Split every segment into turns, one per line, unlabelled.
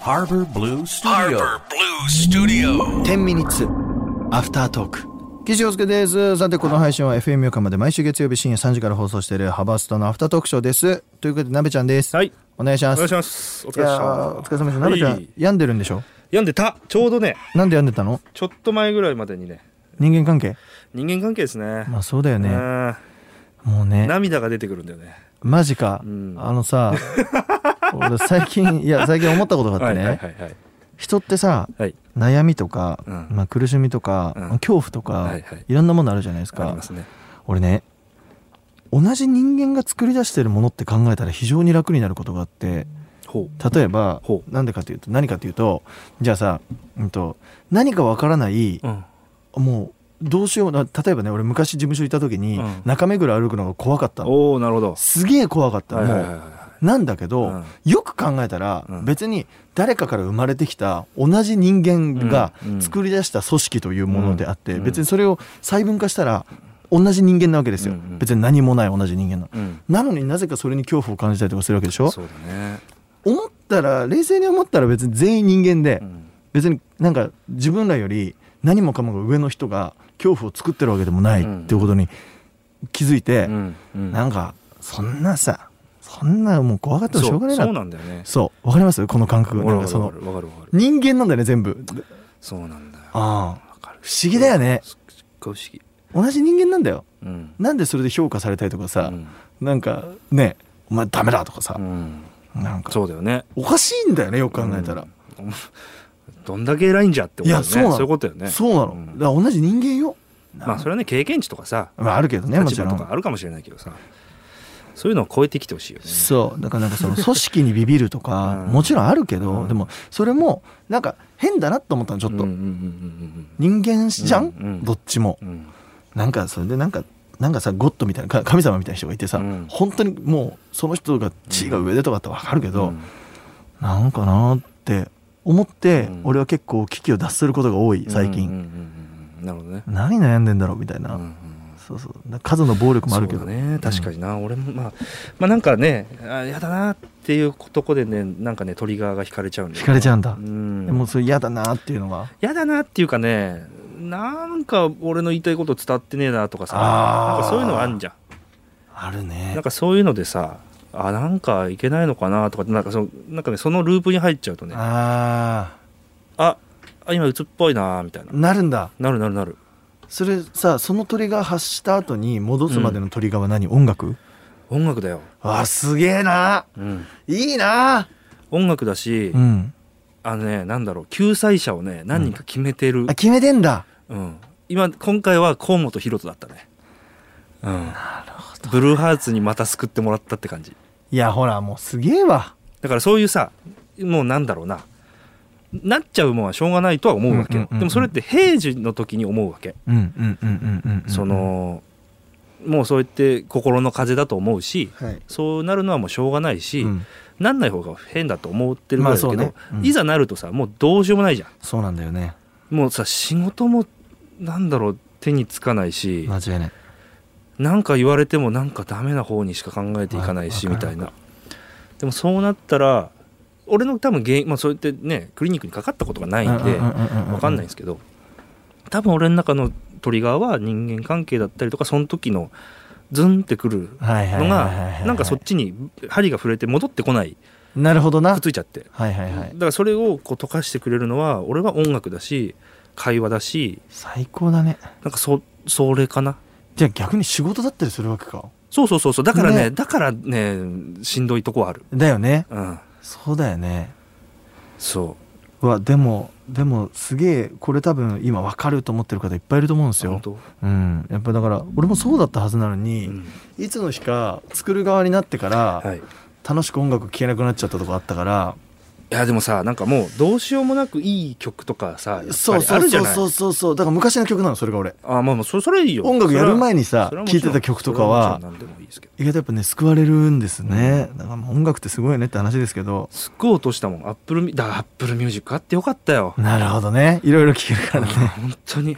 Harbor Blue Studio.
Harbor Blue Studio.
10ミニッツアフタートーク岸洋介ですさてこの配信は FM 横浜で毎週月曜日深夜3時から放送しているハバスタのアフタートークショーですということでなべちゃんです
はい
お願いしま
お
す
願いしますお疲
い
れ
や
様
ーお疲れ様でしたなべちゃん、
はい
病んでるんでしょ
病んでたちょうどね
なんで病んでたの
ちょっと前ぐらいまでにね
人間関係
人間関係ですね
まあそうだよね、
うん
もうね
涙が出てくるんだよね
マジか、
うん
あのさ俺最近いや最近思ったことがあってね、
はいはいはい
人ってさ
はい
悩みとか、
うん
まあ、苦しみとか、
うん
恐怖とか、
はい
い
はい
ろんなものあるじゃないです
あり
か
ますね
俺ね同じ人間が作り出してるものって考えたら非常に楽になることがあって
ほ
例えば
ほ
なんでかというと何かというとじゃあさ、うん、と何かわからない、
ううん
もうどうしような例えばね俺昔事務所いた時に、
うん
中目黒歩くのが怖かったの
おおなるほど
すげえ怖かったの、
はいはいはい
も
は
うなんだけど、
うん
よく考えたら、
うん
別に誰かから生まれてきた同じ人間が
うん
作り出した組織というものであって、
うん
別にそれを細分化したら同じ人間なわけですよ、
うんうん
別に何もない同じ人間の。
いうん
なのになぜかそれに恐怖を感じたりとかするわけでしょ
そうだね
思ったら冷静に思ったら別に全員人間で、
うん
別になんか自分らより何もかもが上の人が恐怖を作ってるわけでもない
うん
っていうことに気づいて、
うんうん
なんかそんなさそんなもう怖がったら
そう
しょうがないな
そうなんだよね
そうわかりますこの感覚
わか
なん
るわ
か
か
そ
る
の
わかるわかるわかる
人間なんだよね全部
そうなんだよ
ああ
わかる
不思議だよね
すっごい不思議
同じ人間なんだよ
うん
なんでそれで評価されたりとかさ、
うん
なんかねお前ダメだとかさ
う、ん
なんか
そうだよね
おかしいんだよねよく考えたら、
うんどんだけ偉いんじゃってこと
い
だよ
や
ね
そうなの
そういうことだよね
そうなの、
ん
だから同じ人間よ
まあそれはね経験値とかさ
まああるけどねも
立
ち
場
ろ
と
ん
かあるかもしれないけどさそういうのを超えてきてほしいよね
そうだからなんかその組織にビビるとか、
うん
もちろんあるけど、
うん
でもそれもなんか変だなと思ったのちょっと、
うんうんうん
人間じゃん、
うんうん
どっちも
うんうんうん
なんかそれでなんかなんかさゴッドみたいなか神様みたいな人がいてさ、
うん
本当にもうその人が地位が上でとかって分かるけど、
うん
なんかなーって思って、
うん
俺は結構危機を脱することが多い最近、
うんうんうんうんなるほどね
何悩んでんだろうみたいな、
うんうん
そうそうだから数の暴力もあるけど
そうだね確かにな、俺もまあまあなんかねあやだなっていうとこでねなんかねトリガーが引かれちゃうんだ
惹かれちゃうんだ
う、ん
でもそれ嫌だなーっていうのは
やだなっていうかねなんか俺の言いたいこと伝わってねえなとかさ
あー
なんかそういうのあんじゃん
あるね
なんかそういうのでさあなんかいけないのかなとかなんかそのなんかねそのループに入っちゃうとねあ
ああ
あ今鬱っぽいなみたいな
なるんだ
なるなるなる
それさそのトリガー発した後に戻すまでのトリガーは何、音楽
音楽だよ、
あすげえな
うん、
いいな
音楽だし、
うん
あのねなんだろう救済者をね何人か決めてる、うん
あ決めてんだ
今今回は河本大翔だったねうんブルーハーツにまた救ってもらったって感じ
いやほらもうすげえわ
だからそういうさもうなんだろうななっちゃうもんはしょうがないとは思うわけ
う
よ、
んうんうんうん
でもそれって平時の時に思うわけ
うんうんうんうんうん、うん
そのもうそうやって心の風だと思うし
はい
そうなるのはもうしょうがないし、
うん
なんない方が変だと思ってるぐらいだけど、
まあそうねうん
いざなるとさもうどうしようもないじゃ
そうなんだよね
んもうさ仕事もなんだろう手につかないし
間違いない
なんか言われてもなんかダメな方にしか考えていかないし
わ
み
か
た
る
いなでもそうなったら俺の多分原因まあそうやってねクリニックにかかったことがないんで
わ
わかんないんですけど多分俺の中のトリガーは人間関係だったりとかその時のズンってくる
はいはい
の
はいはいはい
がなんかそっちに針が触れて戻ってこない
なるほどな
くっついちゃって
はいはいは
だ
い
からそれをこう溶かしてくれるのは俺は音楽だし会話だし
最高だね
なんかそそれかな
じゃあ逆に仕事だったりするわけか
そうそうそうそうだからね
ね
だからねしんどいとこはある
だよね
うん
そうだよね
そう
わでもでもすげえこれ多分今わかると思ってる方いっぱいいると思うんです
う本
よ
当
うん、やっぱだから俺もそうだったはずなのに、
うん
いつの日か作る側になってから、
はいい
楽しく音楽聴けなくなっちゃったとこあったから
やでもさなんかもうどうしようもなくいい曲とかさやっぱりあるじゃない
そうそうそうだから昔の曲なのそれが俺
あまあまあそれそれいいよ
音楽やる前に
さ
さ聴いてた曲とかは
何でもいいですけど
意外とやっぱね救われるんですねだからもう音楽ってすごいねって話ですけど
すっごい落としたもんアップルミだからアップルミュージックあってよかっ たよ、
なるほどねいろいろ聴けるからね
本当にい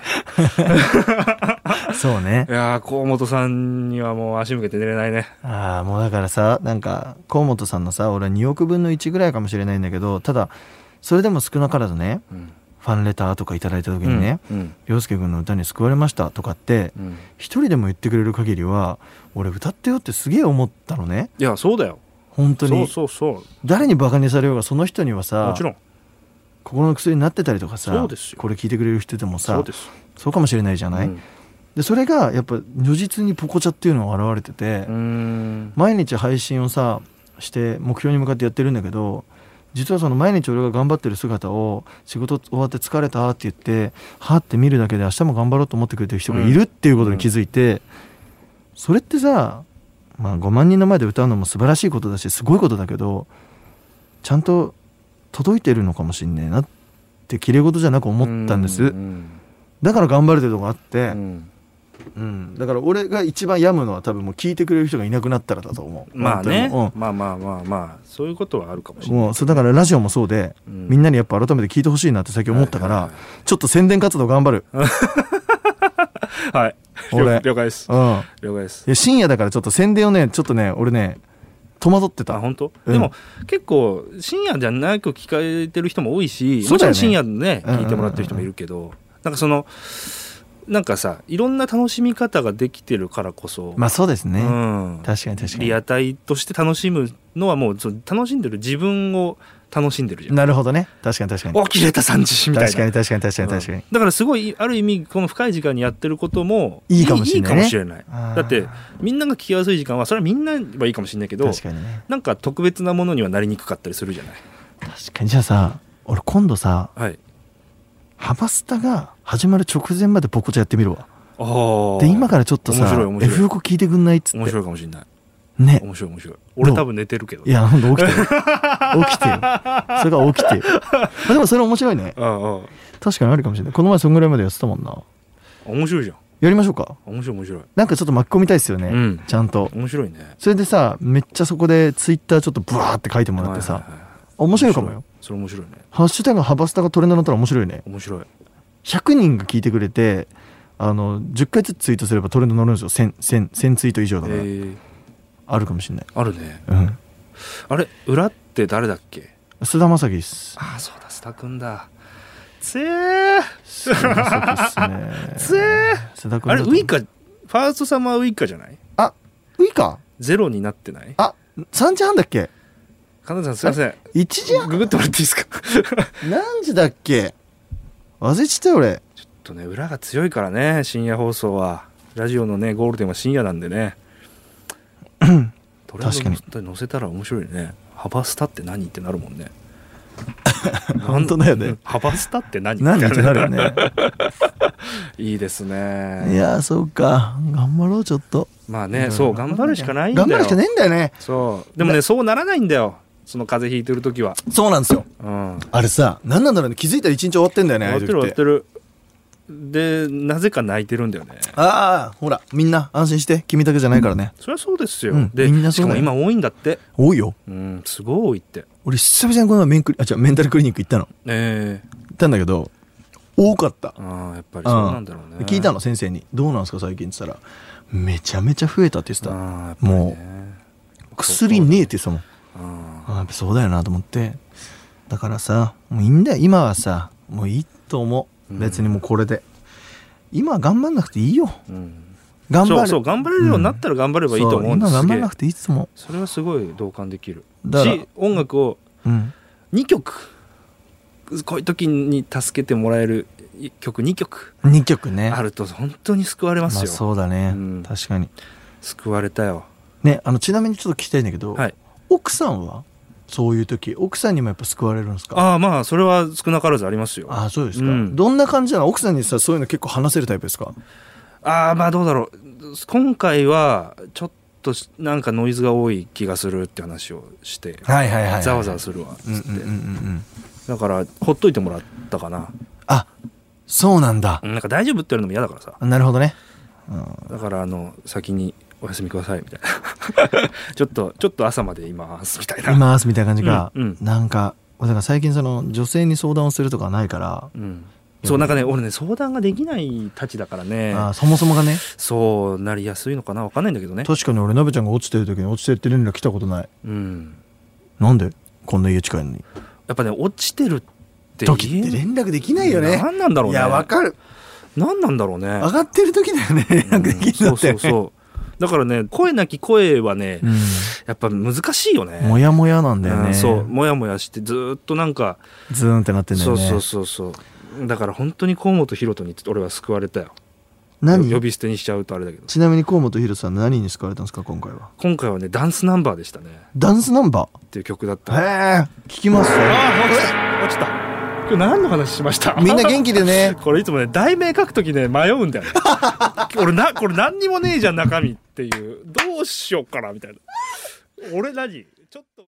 そうね
やー河本さんにはもう足向けて寝れないね
ああもうだからさなんか河本さんのさ俺は2億分の1ぐらいかもしれないんだけどただそれでも少なからずね
うん
ファンレターとかいただいた時にね
うん
「洋介君の歌に救われました」とかって
うん
一人でも言ってくれる限りは俺歌ってよってすげえ思ったのね
いやそうだよ
本当に
そうそうそう
誰にバカにされようがその人にはさ
もちろん
心の薬になってたりとか
そ
さ
うですよ
これ聞いてくれる人でも
そ
さ
うです
そうかもしれないじゃない、
うん
でそれがやっぱ如実にポコチャっていうのが現れてて、
うーん
毎日配信をさして目標に向かってやってるんだけど実はその毎日俺が頑張ってる姿を仕事終わって疲れたって言ってはって見るだけで明日も頑張ろうと思ってくれてる人がいるっていうことに気づいて、それってさ、まあ、5万人の前で歌うのも素晴らしいことだしすごいことだけどちゃんと届いてるのかもしんねえなって綺麗事じゃなく思ったんです、
うん
だから頑張れてるとこあって、
うん
うん、だから俺が一番病むのは多分もう聞いてくれる人がいなくなったらだと思う
まあね、
本
まあまあまあまあそういうことはあるかも
当
し
にう
れ
ん、
ない、
もうそうだからラジオもそうで、
うん
みんなにやっぱ改めて聞いてほしいなって最近思ったから、
はいはいは
ちょっと宣伝活動頑張る、うん、い
はい
俺
了了解です了解です
や深夜だからちょっと宣伝をねちょっとね俺ね戸惑ってた
あ本当、
うん
でも結構深夜じゃなく聞かれてる人も多いし、
そ
も
う
ち
だよ
ろ
ね
ん深夜でね
うんうんうんうん
聞いてもらってる人もいるけど、なんかそのなんかさいろんな楽しみ方ができてるからこそ、
まあそうですね、
うん、
確かに確か
リ
に
アタイとして楽しむのはもうその楽しんでる自分を楽しんでるじゃん。
なるほどね確かに確かに
起きれた3時みたいな
確かに確かに確かに確かに
うん、だからすごいある意味この深い時間にやってることも
いいかもしれないね
いいかもしれない
あー
だってみんなが聞きやすい時間はそれはみんなはいいかもしれないけど
確かにね
なんか特別なものにはなりにくかったりするじゃない。
確かにじゃあさ俺今度さ
はい。
ハバスタが始まる直前までポコチャやってみるわ
ああ。
で今からちょっとさ
面白い面白い
F コ聞いてくんないっつって
面白いかもしれない。
ね
面白い面白い。俺多分寝てるけど。
い。や、ほんと起きてよ。起きてよ。それから起きてよ。あでもそれ面白いね。
ああああ。
確かにあるかもしれない。この前そんぐらいまでやってたもんな。
面白いじゃん。
やりましょうか。
面白い面白い。
なんかちょっと巻き込みたいですよね。
うん
ちゃんと。
面白いね。
それでさ、めっちゃそこでツイッターちょっとブワーって書いてもらってさ、
はいはいはい
面白いかもよ。。
それ面白いね。
ハッシュタグハバスタがトレンドになったら面白いね。
面白い。
100人が聞いてくれて、あの、10回ずつツイートすればトレンド乗るんですよ。1000、1000、1000ツイート以上
え
だから。
ー、
あるかもしれない。
あるね。
うん。
あれ裏って誰だっけ？
菅田将暉っ す。
ああそうだスタ君だ。つえー。。
菅田将暉っすね
つえー。
菅田君
あれ
だ
ウ
と思う
イカファーストサマーウイカじゃない？
あ、ウイカ
ゼロになってない？
あ、3時半だっけ
カナさんすいません。
?1 時半
ググってもらっていいですか？
何時だっけ忘れちゃったよ俺。
ちょっとね裏が強いからね深夜放送はラジオのねゴールデンは深夜なんでねトレンド
確かに
に載せたら面白いね幅スタって何ってなるもん ね
本当だよね
幅スタって何
何
み
っててなるよね。
いいですね
いやー、そうか。頑張ろう、ちょっと。
まあねそう頑張るしかないんだよ
頑張るしかねえんだよね。
そうでもねそうならないんだよその風邪ひいてる時は
そうなんですよ。
うん
あれさ、何なんだろうね。気づいたら一日終わってんだよね、
終わってる
あ
終
あ
わ
いう
っ
時
てるでなぜか泣いてるんだよね
あー、ほら、みんな安心して。君だけじゃないからね。
そりゃそうですよ、
うん
で
みんな
し
そう
か
だ
も
よ
今多いんだって
多いよ。
うんすごい多いって
俺、久々にこの前メンクリ、あ、違う、メンタルクリニック行ったの。
ええ
行ったんだけど、多かった。
ああやっぱりそうなんだろうね、
ん聞いたの、先生に。どうなんですか、最近って言ったら。めちゃめちゃ増えたって言ってた。
ああ
もう薬ねえって言ってたもん
う、うん
あやっぱそうだよなと思ってだからさもういいんだよ今はさもういいと思う
うん
別にもうこれで、今は頑張んなくていいよ
うん、
頑張る
そうそう頑張れるようになったら頑張ればいいと思うんです
そう今頑張
げ
ん
え
なくていいと思
それはすごい同感できる
だから
し音楽を
う、うん、
2曲こういう時に助けてもらえる曲2曲
2曲ね
あると本当に救われ
ま
ま
あ
すよ、
そうだね、
うん
確かに
救われたよ
ねあのちなみにちょっと聞きたいんだけど、
はい
奥さんはそういう時奥さんにもやっぱ救われるんですか
ああまあそれは少なからずありますよ
あそうですか、
うん
どんな感じなの奥さんにさそういうの結構話せるタイプですか
ああまあどうだろう今回はちょっとしなんかノイズが多い気がするって話をして
はいはいはい、
ざわざわするわっつって、
うんうんうんうんうん
だからほっといてもらったかな
あそうなんだ、
なんか大丈夫って言われるのも嫌だからさ
なるほどね、うん
だからあの先にお休みくださいみたい なちょっとちょっと朝までいますみたいな
今みたいな感じが、
うんうん
なんかだから最近その女性に相談をするとかないから、
うんそうなんかね俺ね相談ができないたちだからね
あーそもそもがね
そうなりやすいのかなわかんないんだけどね
確かに俺なべちゃんが落ちてる時に落ちてるって連絡来たことない
うん
なんでこんな家近いのに
やっぱね落ちてるっって
時って連絡できないよね
何なんだろうね
いやわかる
何なんだろうね
上がってる時だよね連絡できる
そ
の
う
って
そうそうだからね声なき声はね、
うん
やっぱ難しいよね
もやもやなんだよ
う
ね
んそうもやもやしてずーっとなんか、
ズーンってなってんだ
そ
よ
う
ね
そうそうそうだから本当に河本大翔に俺は救われたよ
何
呼び捨てにしちゃうとあれだけど
ちなみに河本宏さん何に使われたんですか今回は
今回はね「ダンスナンバー」でしたね
ダンスナンバ
っていう曲だったあ
ーへえ聞きます
あ落ちた落ちた今日何の話しました
みんな元気でね
これいつもね題名書くときね迷うんだよね 俺なこれ何にもねえじゃん中身っていうどうしようかなみたいな俺何ちょっと